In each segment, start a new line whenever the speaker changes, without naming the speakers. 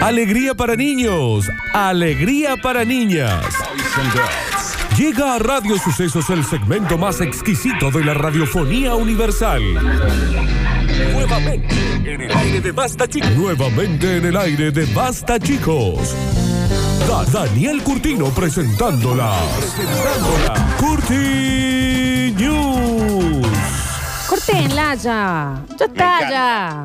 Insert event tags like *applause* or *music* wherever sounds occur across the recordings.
Alegría para niños, alegría para niñas. Llega a Radio Sucesos el segmento más exquisito de la radiofonía universal. Nuevamente en el aire de Basta Chicos. Nuevamente en el aire de Basta Chicos. Da- Daniel Curtino presentándola. Presentándola. Curti News.
Cortenla ya. Ya está ya.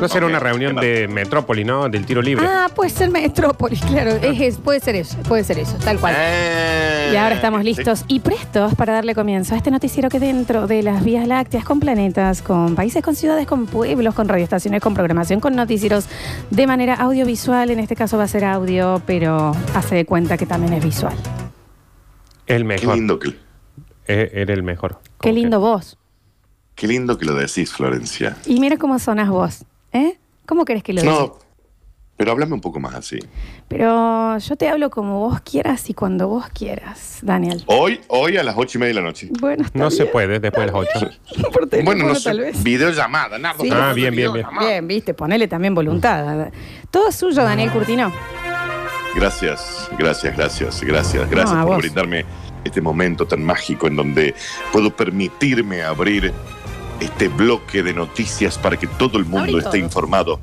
No será una reunión de Metrópoli, ¿no? Del tiro libre.
Ah, puede ser Metrópolis, claro. Es, es- puede ser eso, puede ser eso, tal
Eh,
cual. Y ahora estamos listos y prestos para darle comienzo a este noticiero que dentro de las vías lácteas, con planetas, con países, con ciudades, con pueblos, con radioestaciones, con programación, con noticieros de manera audiovisual. En este caso va a ser audio, pero hace de cuenta que también es visual.
El
Qué
mejor.
lindo que,
Eh, Era el mejor.
Qué lindo vos.
qué lindo que lo decís, Florencia.
Y mira cómo sonás vos, ¿eh? ¿Cómo querés que lo diga?
No, pero háblame un poco más así.
Pero yo te hablo como vos quieras y cuando vos quieras, Daniel.
Hoy, hoy a las ocho y media de la noche.
Bueno, está
No se
bien.
puede después de las 8.
*laughs* Por teléfono,
Bueno, no
tal
sé,
vez.
videollamada, Nardo.
Sí.
Ah, bien, bien, bien.
Bien, viste, ponele también voluntad. Todo suyo, Daniel Curtino.
Gracias, gracias, gracias, gracias, gracias
a
por
vos.
brindarme este momento tan mágico en donde puedo permitirme abrir este bloque de noticias para que todo el mundo
Abrí
esté
todo.
informado.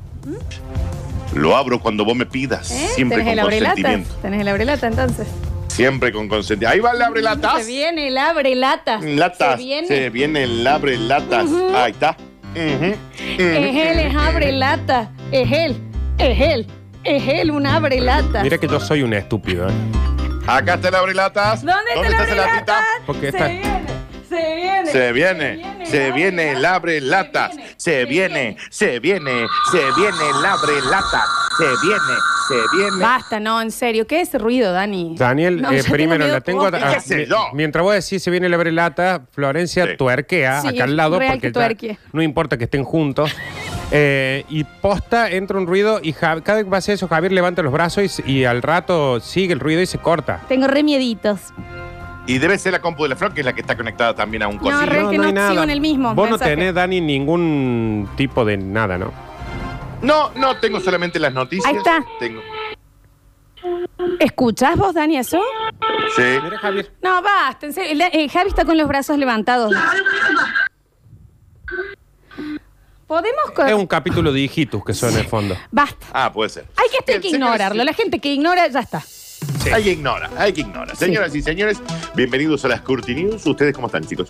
Lo abro cuando vos me pidas,
¿Eh?
siempre
¿Tenés
con
el abrelata?
consentimiento.
¿Tenés el abrelata entonces?
Siempre con consentimiento. Ahí va el abre latas.
Se viene el abrelata.
Mm, Latas.
Se viene.
Se viene el abre latas.
Ujú.
Ahí está. Ujú.
Es él, es abrelata. Es él, es él, es él, un abrelata.
Mira que yo soy un estúpido, ¿eh?
Acá está el abre latas.
¿Dónde está el
esa
abrelata?
latita?
Porque
Se
esta-
viene, se viene.
Se viene, se viene el abre latas, se viene, se viene, se viene el abre latas, se viene, se viene.
Basta, no, en serio. ¿Qué es ese ruido, Dani?
Daniel,
No,
eh,
ya tengo
primero
miedo
la tengo.
por
a-
vos.
¿Qué sé
mi-
yo?
mientras vos decís se viene la brelata, Florencia
Sí.
tuerquea
Sí,
acá al lado
real
porque
que
ya
tuerquee.
no importa que estén juntos. Eh, y posta, entra un ruido y Ja- cada vez que pasa eso, Javier levanta los brazos y s- y, al rato sigue el ruido y se corta.
Tengo re mieditos.
Y debe ser la compu de la flor, que es la que está conectada también a un
No,
cosito.
re- que no sigo en el mismo
Vos
mensaje.
no tenés, Dani, ningún tipo de nada, ¿no?
No, no, tengo solamente las noticias.
Ahí está.
Tengo.
¿Escuchás vos, Dani, eso?
Sí.
Mira, Javier.
No, basta. en serio. La- eh, Javi está con los brazos levantados. Podemos. co- *laughs*
Es un capítulo de hijitus que suena en el fondo.
Basta.
Ah, puede ser.
Hay que, esto hay
Bien,
que
señores,
ignorarlo. La gente que ignora ya está.
sí. Hay que ignora, hay que ignora. Señoras y señores, bienvenidos a las Curti News. ¿Ustedes cómo están, chicos?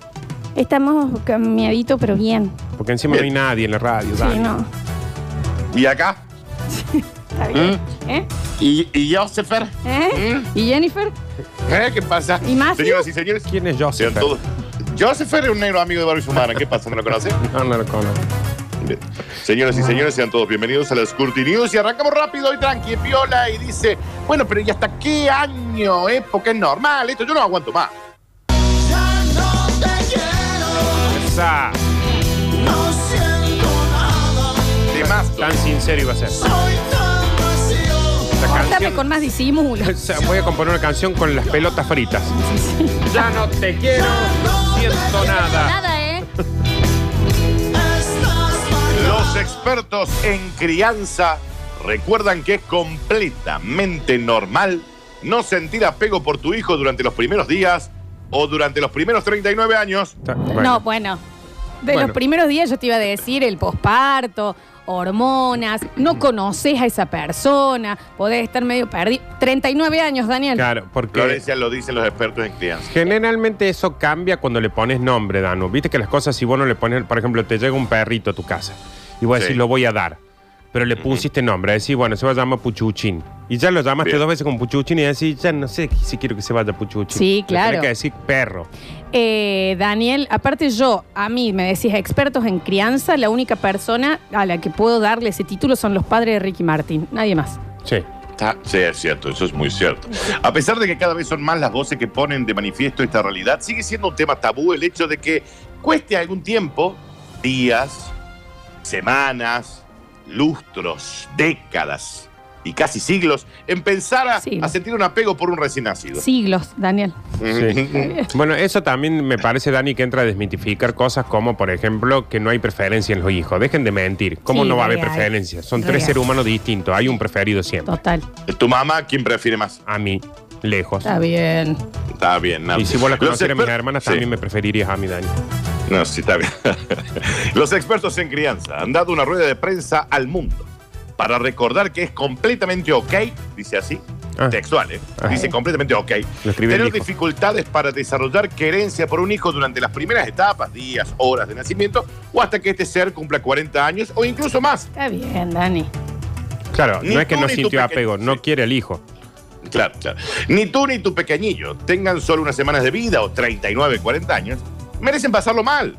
Estamos con miedito, pero bien.
Porque encima
Bien.
no hay nadie en la radio,
Sí,
Dani.
no.
¿Y acá?
Está bien.
¿Mm?
¿Eh?
¿Y, y Josefer?
¿Eh? ¿Y Jennifer?
¿Eh? ¿Qué pasa?
¿Y Matthew?
Señoras y señores,
¿Quién es Joseph?
sean todos. Josefer es un negro amigo de Barrio Sumana. ¿Qué pasa? ¿No lo conoce?
No, no lo conozco.
Bien. Señoras y señores, sean todos bienvenidos a las Curti News. Y arrancamos rápido y tranqui, piola. Y dice, bueno, pero ¿y hasta qué año, época es normal? Esto yo no aguanto más.
Esa,
De más.
tan sincero iba a ser. Esa
Contame
canción-
con más disimulo.
*laughs* O sea, Voy a componer una canción con las pelotas fritas. Ya no te quiero, no siento nada.
Nada, ¿eh?
Los expertos en crianza recuerdan que es completamente normal no sentir apego por tu hijo durante los primeros días o durante los primeros 39 años.
Está- bueno.
No, bueno. De
Bueno.
los primeros días yo te iba a decir el posparto, hormonas,
Mm.
no conoces a esa persona, podés estar medio perdido. 39 años, Daniel.
Claro, porque
Florencia lo dicen los expertos en crianza.
generalmente eso cambia cuando le pones nombre, Danu. Viste que las cosas, si vos no le pones, por ejemplo, te llega un perrito a tu casa y vos decís,
Sí.
lo voy a dar. Pero le pusiste nombre, decís, bueno, se va a llamar Puchuchín. Y ya lo llamaste
Bien.
dos veces con Puchuchín y decís, ya no sé si quiero que se vaya Puchuchín.
Sí,
Le
claro.
tenés que decir perro.
Eh, Daniel, aparte yo, a mí me decís expertos en crianza, la única persona a la que puedo darle ese título son los padres de Ricky Martin, nadie más. *laughs*
Sí.
Está- Sí, es cierto, eso es muy cierto. A pesar de que cada vez son más las voces que ponen de manifiesto esta realidad, sigue siendo un tema tabú el hecho de que cueste algún tiempo, días, semanas, lustros, décadas, y casi siglos en pensar a,
Sí.
a sentir un apego por un recién nacido. *laughs*
Siglos, Daniel.
Sí. Bueno, eso también me parece, Dani, que entra a desmitificar cosas como, por ejemplo, que no hay preferencia en los hijos. Dejen de mentir. ¿Cómo
Sí,
no va a haber
real.
preferencia? Son
Real.
tres seres humanos distintos. Hay un preferido siempre.
Total.
¿Tu mamá quién prefiere más?
A mí, lejos.
Está bien.
Está bien, Nardi.
Y si vos las
Los
conocieras
exper-
mis hermanas,
Sí.
también me preferirías a mí, Dani.
No, sí, está bien. *laughs* Los expertos en crianza han dado una rueda de prensa al mundo para recordar que es completamente ok, dice así,
Ah.
textual, ¿eh?
Ah.
dice completamente ok,
Lo escribió el
tener
hijo.
dificultades para desarrollar querencia por un hijo durante las primeras etapas, días, horas de nacimiento, o hasta que este ser cumpla 40 años o incluso más.
Está bien, Dani.
Claro,
Ni
no es que
tú
no
ni tu
sintió
pequeño,
apego,
sí.
no quiere al hijo.
Claro, claro. Ni tú ni tu pequeñillo tengan solo unas semanas de vida o 39, 40 años, merecen pasarlo mal.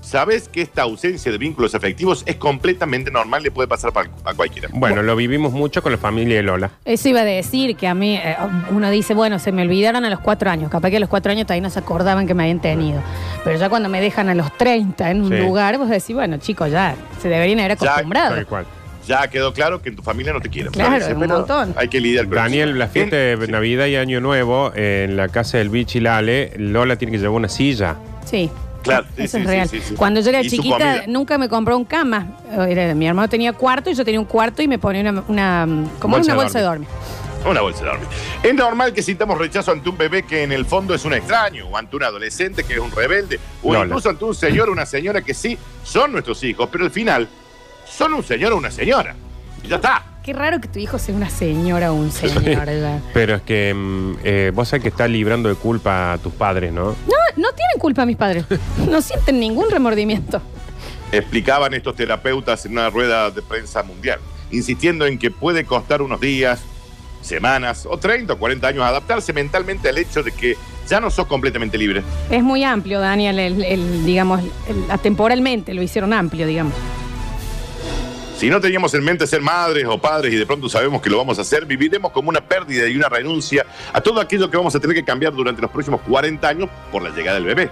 Sabes que esta ausencia de vínculos afectivos es completamente normal, le puede pasar pa- a cualquiera.
Bueno, lo vivimos mucho con la familia de Lola.
Eso iba a decir que a mí, eh, uno dice, bueno, se me olvidaron a los cuatro años. Capaz que a los cuatro años todavía no se acordaban que me habían tenido. Pero ya cuando me dejan a los 30 en un
Sí.
lugar, vos decís, bueno, chicos, ya se deberían haber
Ya,
acostumbrado.
Tal cual.
Ya quedó claro que en tu familia no te quieren.
Claro,
Parece,
un
pero
montón.
Hay que lidiar con
Daniel,
eso.
la fiesta
Bien,
de Navidad y Año Nuevo en la casa del Bichi Lale, Lola tiene que llevar una silla.
Sí.
Claro, sí,
Eso
sí,
es
sí,
real.
sí, sí.
Cuando yo era
Y su
chiquita,
comida.
nunca me compró un cama. Eh, Era- mi hermano tenía cuarto y yo tenía un cuarto y me ponía una, una, como
Bolsa
una
de
bolsa de dormir.
Una bolsa de dormir. Es normal que sintamos rechazo ante un bebé que en el fondo es un extraño, o ante un adolescente que es un rebelde, o
Lola.
incluso ante un señor o una señora que sí son nuestros hijos, pero al final son un señor o una señora. Y ya está.
Qué raro que tu hijo sea una señora o un señor. ya.
Pero es que mm, eh, vos sabés que estás librando de culpa a tus padres, ¿no?
No, no tienen culpa mis padres. No sienten ningún remordimiento.
explicaban estos terapeutas en una rueda de prensa mundial, insistiendo en que puede costar unos días, semanas o 30 o 40 años adaptarse mentalmente al hecho de que ya no sos completamente libre.
Es muy amplio, Daniel, el, el, digamos, el- atemporalmente lo hicieron amplio, digamos.
Si no teníamos en mente ser madres o padres y de pronto sabemos que lo vamos a hacer, viviremos como una pérdida y una renuncia a todo aquello que vamos a tener que cambiar durante los próximos 40 años por la llegada del bebé.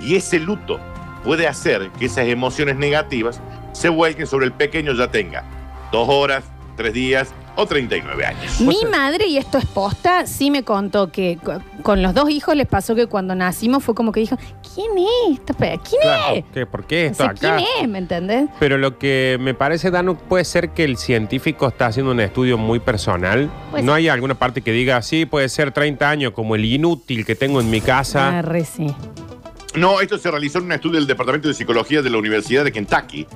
Y ese luto puede hacer que esas emociones negativas se vuelquen sobre el pequeño ya tenga dos horas, tres días o 39 años.
Mi madre, y esto es posta, sí me contó que co- con los dos hijos les pasó que cuando nacimos fue como que dijo, ¿quién es? esta pe- ¿Quién
Claro.
es?
¿Qué? ¿Por qué
No
esto
sé
acá?
¿Quién es? ¿Me entendés?
Pero lo que me parece, Danu, puede ser que el científico está haciendo un estudio muy personal.
Pues-
no hay alguna parte que diga, sí, puede ser 30 años, como el inútil que tengo en mi casa.
Ah, re sí.
No, esto se realizó en un estudio del Departamento de Psicología de la Universidad de Kentucky,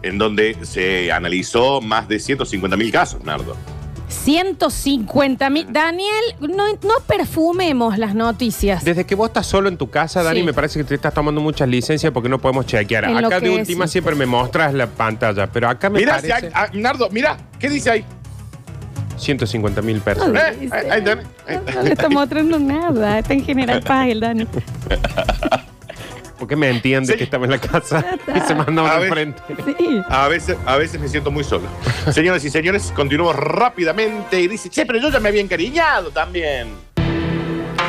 en donde se analizó más de 150.000 casos, Nardo.
150 mil. Daniel, no, no perfumemos las noticias.
Desde que vos estás solo en tu casa, Dani,
Sí.
me parece que te estás tomando muchas licencias porque no podemos chequear.
En lo
acá de
que
última
existe.
siempre me mostras la pantalla, pero acá me
Mirá, si
parece
hay- ah, Nardo, mirá, ¿qué dice ahí?
150 mil
No,
personas.
Eh,
dice-
ahí- ahí tenés, ahí-
no le está mostrando nada. Está en general paz el Dani.
¿Por qué me entiende
Sí.
que estaba en la casa
está.
y se mandaba
A
al
ver.
frente?
Sí.
A veces, a veces me siento muy solo. Señoras
*laughs*
y señores, continuamos rápidamente y dice, che, pero yo ya me había encariñado también.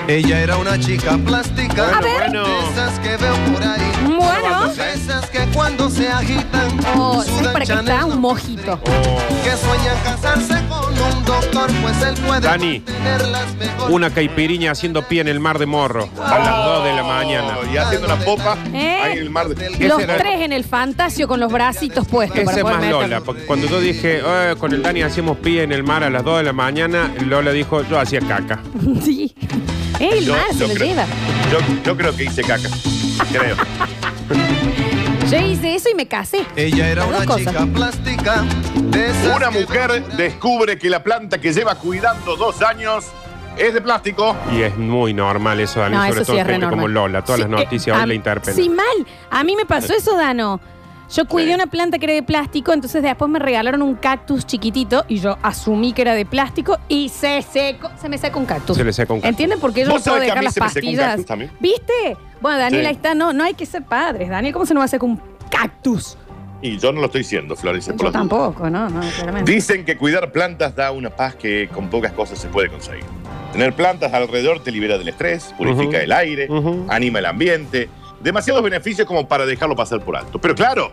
Ella era una chica plástica.
A ver.
De esas que veo por ahí.
Bueno.
De esas que cuando se agitan.
Oh, ¿sabes
sudan
para qué está?
Chanel
Un mojito.
Que sueñan casarse con un doctor, pues él puede
Dani,
mantenerlas mejor.
Una caipiriña haciendo pie en el mar de morro a las 2 de la mañana.
Oh, Y haciendo una popa
¿Eh?
ahí en el mar de...
Los
era-
tres en el fantasio con los bracitos puestos.
Ese
para
es
poder
más
meter.
Lola, porque cuando yo dije, "Eh, con el Dani hacíamos pie en el mar a las 2 de la mañana, Lola dijo, yo hacía caca.
*laughs* Sí. El
Yo-
mar se
yo
lo
creo-
lleva.
Yo, yo creo que hice caca. Creo.
Yo hice eso y me casé.
Eh,
Ella era
Las dos
una
cosas.
chica plástica. de esas
Una
que
mujer descubre que la planta que lleva cuidando dos años es de plástico.
Y es muy normal eso, Dani,
No,
sobre
eso
todo
sí es re
gente
normal.
como Lola. Todas
Sí,
las noticias
eh,
hoy
a-
la interpelan. Eh.
Sí, mal. A mí me pasó eso, Dano. Yo cuidé
Sí.
una planta que era de plástico, entonces después me regalaron un cactus chiquitito y yo asumí que era de plástico y se secó, se me seca un cactus.
Se le seca un cactus.
¿Entienden por qué yo
¿Vos
no puedo
sabés que a
dejar
mí
las
se me seca un
pastillas?
cactus también?
¿Viste? Bueno, Daniel,
Sí.
ahí está. No, no hay que ser padres, Daniel. ¿Cómo se nos va a secar un cactus?
Y yo no lo estoy diciendo, Florencia. por
Yo
las dudas.
tampoco, no, no, claramente.
Dicen que cuidar plantas da una paz que con pocas cosas se puede conseguir. Tener plantas alrededor te libera del estrés, purifica
Ujú.
el aire,
Ujú.
anima el ambiente. Demasiados beneficios como para dejarlo pasar por alto. Pero claro,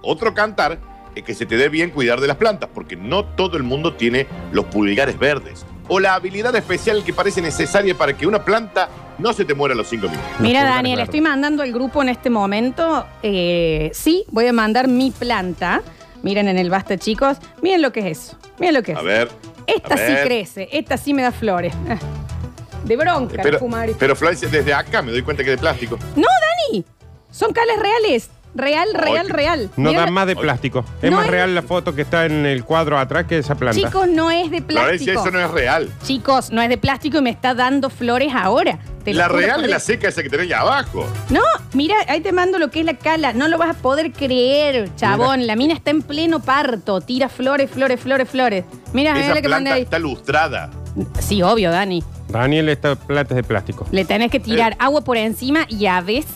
otro cantar eh, que se te dé bien cuidar de las plantas, porque no todo el mundo tiene los pulgares verdes. O la habilidad especial que parece necesaria para que una planta no se te muera a los 5 minutos.
Mira,
pulgares
Daniel,
verdes.
estoy mandando al grupo en este momento. eh, sí, voy a mandar mi planta. Miren en el basta, chicos. Miren lo que es eso. Miren lo que es.
A ver.
esta
a
sí
ver.
crece. Esta sí me da flores. Ah, De bronca,
Pero,
la fumar.
pero Florencia, desde acá me doy cuenta que es de plástico.
No, Dani. Son cales reales. Real, real,
Ay,
real.
No
Miren-
da más de plástico. Es
No
más
es-
real la foto que está en el cuadro atrás que esa planta.
Chicos, no es de
Florencia,
plástico.
eso no es real.
Chicos, no es de plástico y me está dando flores ahora. Te lo
La
juro
real
por
es la
Dios.
seca esa que tenés allá abajo.
No, mira, ahí te mando lo que es la cala. No lo vas a poder creer, chabón. La mina está en pleno parto. Tira flores, flores, flores, flores. Mira, mira
Esa
lo que mandé
planta
ahí.
está lustrada.
Sí, obvio, Dani.
Daniel, esta planta es de plástico.
Le tenés que tirar
Eh.
agua por encima y a veces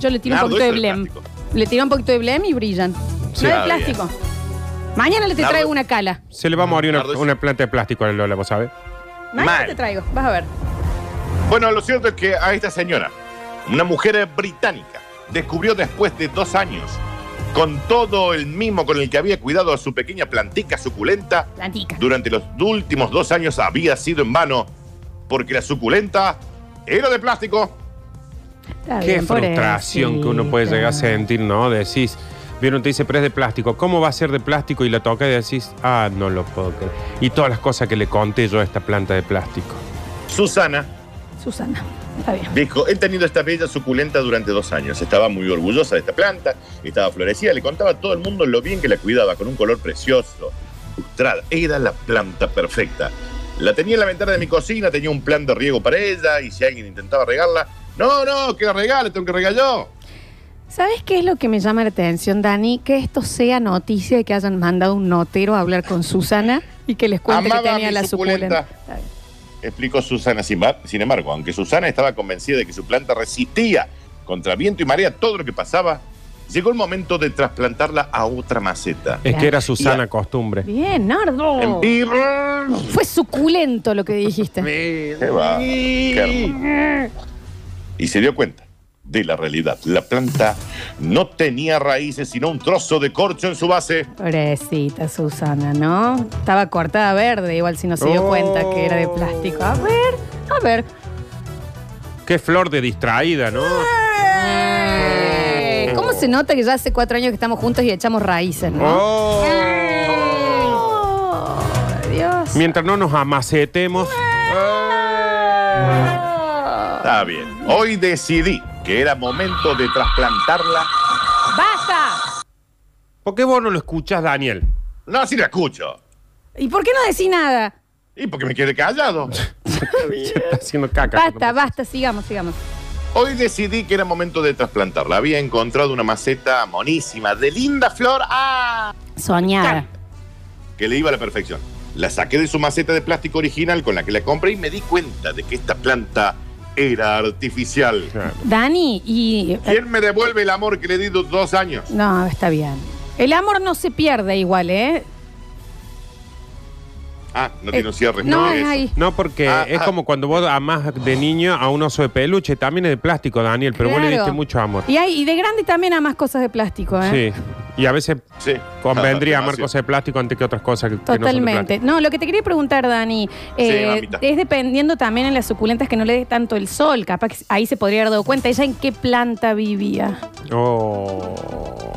yo le tiro
Nardo,
un poquito de
eso es
blem.
Ah, plástico.
Le tiro un poquito de blem y brillan.
Sí,
no es
ah,
plástico. Mañana le te
Nardo-
traigo una cala.
Se le va a morir una,
Nardo, sí.
una planta de plástico a la Lola, ¿vos sabés?
Mañana
Mal.
te traigo, vas a ver.
Bueno, lo cierto es que a esta señora, una mujer británica, descubrió después de dos años, con todo el mimo con el que había cuidado a su pequeña plantica suculenta,
Plantica.
durante los últimos dos años había sido en vano, porque la suculenta era de plástico.
Está
Qué
bien,
frustración que uno puede
pobrecita.
llegar a sentir, ¿no? Decís, viene uno te dice, pero es de plástico. ¿Cómo va a ser de plástico? Y la toca y decís, ah, no lo puedo creer. Y todas las cosas que le conté yo a esta planta de plástico.
Susana
Susana, está bien.
dijo, he tenido esta bella suculenta durante dos años. Estaba muy orgullosa de esta planta, estaba florecida, le contaba a todo el mundo lo bien que la cuidaba, con un color precioso, lustrada. Era la planta perfecta. La tenía en la ventana de mi cocina, tenía un plan de riego para ella, y si alguien intentaba regarla, no, no, que la regale, tengo que regar yo.
¿Sabes qué es lo que me llama la atención, Dani? Que esto sea noticia y que hayan mandado un notero a hablar con Susana y que les cuente que
Amaba
tenía
mi
la suculenta.
suculenta.
Está bien.
explicó Susana. Sin, embar- sin embargo, aunque Susana estaba convencida de que su planta resistía contra viento y marea todo lo que pasaba, llegó el momento de trasplantarla a otra maceta.
Es
Claro.
que era su
Y a-
sana costumbre.
Bien, Nardo.
En- y- ¡Qué
Fue suculento lo que dijiste.
va! ¡Qué hermoso! y se dio cuenta de la realidad. La planta no tenía raíces, sino un trozo de corcho en su base.
Pobrecita Susana, ¿no? Estaba cortada verde, igual si no se dio
Oh.
cuenta que era de plástico. A ver, a ver.
Qué flor de distraída, ¿no?
Eh, ¿Cómo se nota que ya hace cuatro años que estamos juntos y echamos raíces, no?
Oh.
Oh, Dios.
Mientras no nos amacetemos.
Está bien. Hoy decidí que era momento de trasplantarla.
¡Basta!
¿Por qué vos no lo escuchás, Daniel?
No, si la escucho.
¿Y por qué no decís nada?
Y porque me quedé callado.
Se está haciendo caca.
Basta, basta, sigamos, sigamos.
Hoy decidí que era momento de trasplantarla. Había encontrado una maceta monísima, de linda flor, ¡ah!
Soñada.
que le iba a la perfección. La saqué de su maceta de plástico original con la que la compré y me di cuenta de que esta planta era artificial.
Claro.
Dani, y. eh,
¿Quién me devuelve el amor que le di du- dos años?
No, está bien. El amor no se pierde igual, ¿eh?
Ah, no tiene un cierre.
No,
eso.
ay.
No, porque
Ah,
es
ah.
como cuando vos amás de niño a un oso de peluche. También es de plástico, Daniel, pero vos le
Claro.
diste mucho amor.
Y, hay, y de grande también a más cosas de plástico, ¿eh?
Sí. Y a veces
Sí.
convendría
Ah,
amar
demasiado.
cosas de plástico antes que otras cosas que, que no son de
Totalmente. No, lo que te quería preguntar, Dani, eh,
mamita.
es dependiendo también en las suculentas que no le dé tanto el sol. Capaz que ahí se podría haber dado cuenta. ¿Ella en qué planta vivía?
plástico. Oh.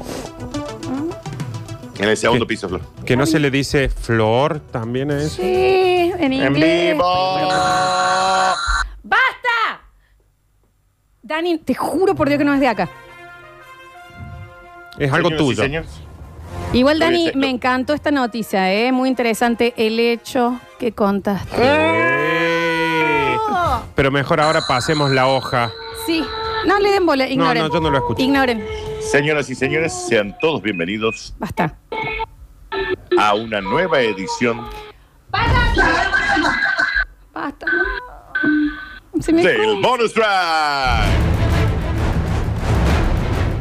En el segundo
¿Qué?
piso, Flor.
Que no se le dice flor también a eso.
Sí, en
¡En
inglés.
vivo!
¡Basta! Dani, te juro por Dios que no es de acá.
Es algo
Señoras y
tuyo.
señores,
Igual,
Está bien,
Dani,
está-
me encantó esta noticia, ¿eh? Muy interesante el hecho que contaste.
Eh. Pero mejor ahora pasemos la hoja.
Sí. No le den bola, ignoren.
no, yo no lo escuché.
Ignoren.
Señoras y señores, sean todos bienvenidos
Basta.
a una nueva edición
Basta. Se me
del
fue.
Bonus Track.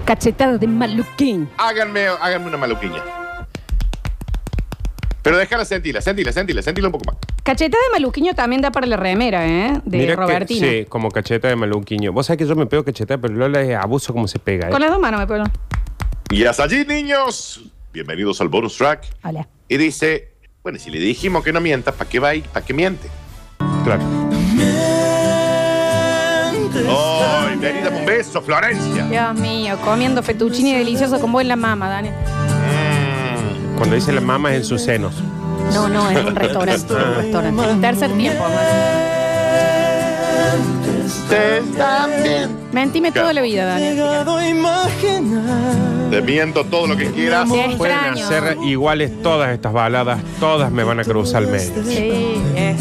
Cachetada de maluquín.
Háganme, háganme una maluquiña. Pero déjala sentirla, sentirla, sentirla, sentirla un poco más.
Cachetada de maluquiño también da para la remera, ¿eh? De
Mirá que-
Robertina.
sí, como cacheta de maluquiño. Vos sabés que yo me pego cacheta, pero Lola es abuso como se pega. eh.
Con las dos manos me pego.
Y hasta allí, niños. bienvenidos al bonus track.
Hola.
Y dice, bueno, si le dijimos que no mienta, ¿para qué va ahí? ¿Para qué miente?
Claro.
¡Ay, vení, dame un beso, Florencia!
Dios mío, comiendo fettuccine delicioso con vos en la mama, Dani.
Cuando dice la mamá es en sus senos.
No, no, es un restaurante. un restaurante. En tercer tiempo.
Ustedes también.
Mentime toda la vida, Dani.
Te miento todo lo que quieras.
Sí, es
Pueden
extraño.
hacer iguales todas estas baladas, todas me van a cruzar al medio.
Sí, es.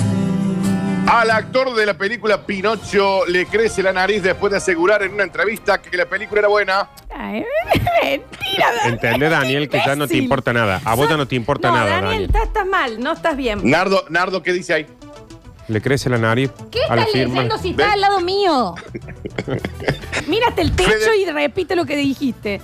Al actor de la película Pinocho le crece la nariz después de asegurar en una entrevista que la película era buena.
Ay, *laughs* mentira, Dani.
Entiende, Daniel, que ya no te
Imbécil.
importa nada. A vos ya no te importa
No,
nada,
Daniel,
Daniel.
estás estás mal, no estás bien.
Nardo, Nardo, ¿qué dice ahí?
Le crece la nariz
¿Qué
a la
estás
firma.
leyendo si estás
¿Ves?
al lado
*laughs*
mío? Mírate el techo
Fede-
y repite lo que dijiste.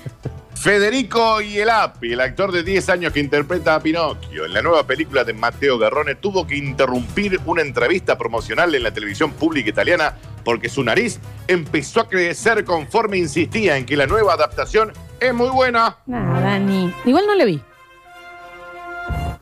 Federico Ielapi, el actor de 10 años que interpreta a Pinocchio en la nueva película de Matteo Garrone, tuvo que interrumpir una entrevista promocional en la televisión pública italiana porque su nariz empezó a crecer conforme insistía en que la nueva adaptación es muy buena.
Nada, Dani. Igual no la vi.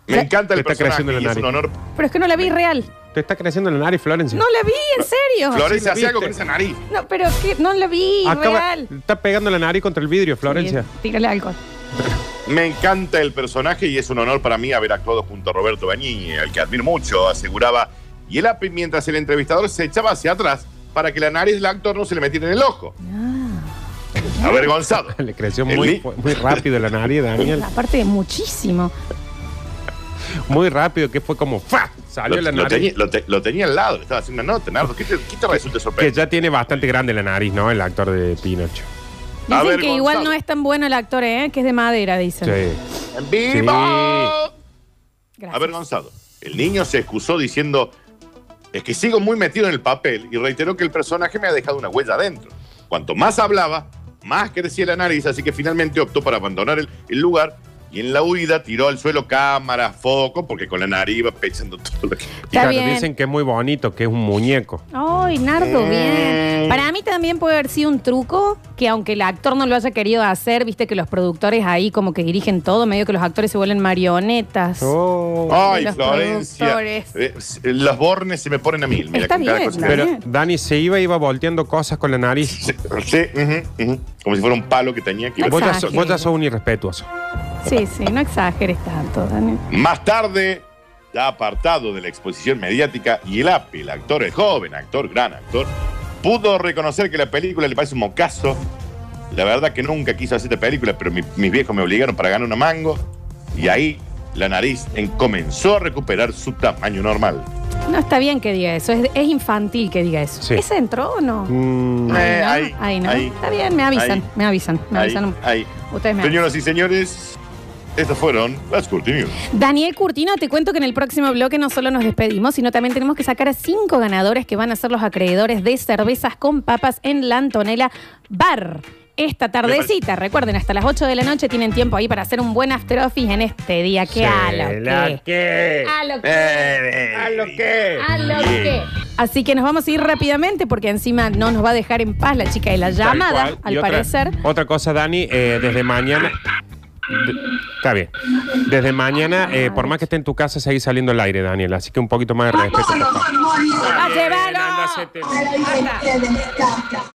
Me encanta el
Te está
personaje
creciendo la
y es un
nariz.
honor.
Pero es que no la vi real.
Te está creciendo la nariz, Florencia.
No la vi, en serio.
Florencia,
sí,
hace
lo
algo con
viste.
esa nariz.
No, pero que no la vi
Acaba-
real.
está pegando la nariz contra el vidrio, Florencia.
Sí, Tírale alcohol.
Me encanta el personaje y es un honor para mí haber actuado junto a Roberto Bañini, al que admiro mucho, aseguraba. Y el API mientras el entrevistador se echaba hacia atrás para que la nariz del actor no se le metiera en el ojo. Avergonzado.
*laughs* Ah. *laughs* Le creció
El
muy,
li-
fu- muy rápido la nariz,
*laughs*
Daniel.
Aparte de muchísimo.
Muy rápido, que fue como ¡fa! Salió
Lo,
la
lo tenía,
nariz.
lo te- lo tenía al lado, estaba haciendo una nota, Nardo. ¿Qué te, qué te resulta
Que
sorprendente?
ya tiene bastante grande la nariz, ¿no? El actor de Pinocho.
A
Dicen
ver,
que igual
Gonzalo.
no es tan bueno el actor, ¿eh? Que es de madera, dicen.
Sí.
¡En vivo!
Gracias.
Avergonzado. El niño se excusó diciendo: Es que sigo muy metido en el papel y reiteró que el personaje me ha dejado una huella adentro. Cuanto más hablaba, más crecía la nariz, así que finalmente optó por abandonar el, el lugar y en la huida tiró al suelo cámaras, foco, porque con la nariz iba pechando todo lo que.
Y
Está
claro,
bien.
dicen que es muy bonito, que es un muñeco.
Ay, Nardo, bien. Para mí también puede haber sido un truco que aunque el actor no lo haya querido hacer, viste que los productores ahí como que dirigen todo, medio que los actores se vuelven marionetas.
Oh.
¡Ay,
Los
Florencia!
productores.
Eh, los bornes se me ponen a mil. Mira,
Está
con cada
bien,
cosa que-
Pero
Daniel.
Dani se iba, iba volteando cosas con la nariz.
Sí, sí, ujú, ujú. como si fuera un palo que tenía que
Vos ya, so-
Exagero.
vos ya sos un irrespetuoso.
Sí, sí, no exageres tanto, Daniel.
Más tarde, ya apartado de la exposición mediática, y el API, el actor, el joven actor, gran actor, pudo reconocer que la película le parece un mocazo. La verdad que nunca quiso hacer esta película, pero mi- mis viejos me obligaron para ganar una mango. Y ahí la nariz en- comenzó a recuperar su tamaño normal.
No está bien que diga eso, es, es infantil que diga eso.
Sí.
¿Ese entró o no?
Mm,
Eh,
Ahí
ahí,
no, ahí no.
ahí.
Está bien, me avisan,
Ahí.
me avisan, me
Ahí,
avisan. un-
ahí.
Ustedes me avisan.
Señoras y señores, estas fueron las Curti News.
Daniel Curtino, te cuento que en el próximo bloque no solo nos despedimos, sino también tenemos que sacar a cinco ganadores que van a ser los acreedores de cervezas con papas en la Antonella Bar. Esta tardecita, recuerden, hasta las 8 de la noche tienen tiempo ahí para hacer un buen after office en este día.
se
¿Qué a lo
la
que?
que-
A lo que.
Eh,
¿A
A lo que. Así que nos vamos a ir rápidamente porque encima no nos va a dejar en paz la chica de la
Tal
llamada,
cual. Y
al
otra-
parecer.
Otra cosa, Dani, eh, desde mañana. de- Está bien. Desde mañana, eh, por más que esté en tu casa, seguís saliendo al aire, Daniel. Así que un poquito más de respeto. por favor.
¡Ah, llévalo!
Anda, hacete-
Basta.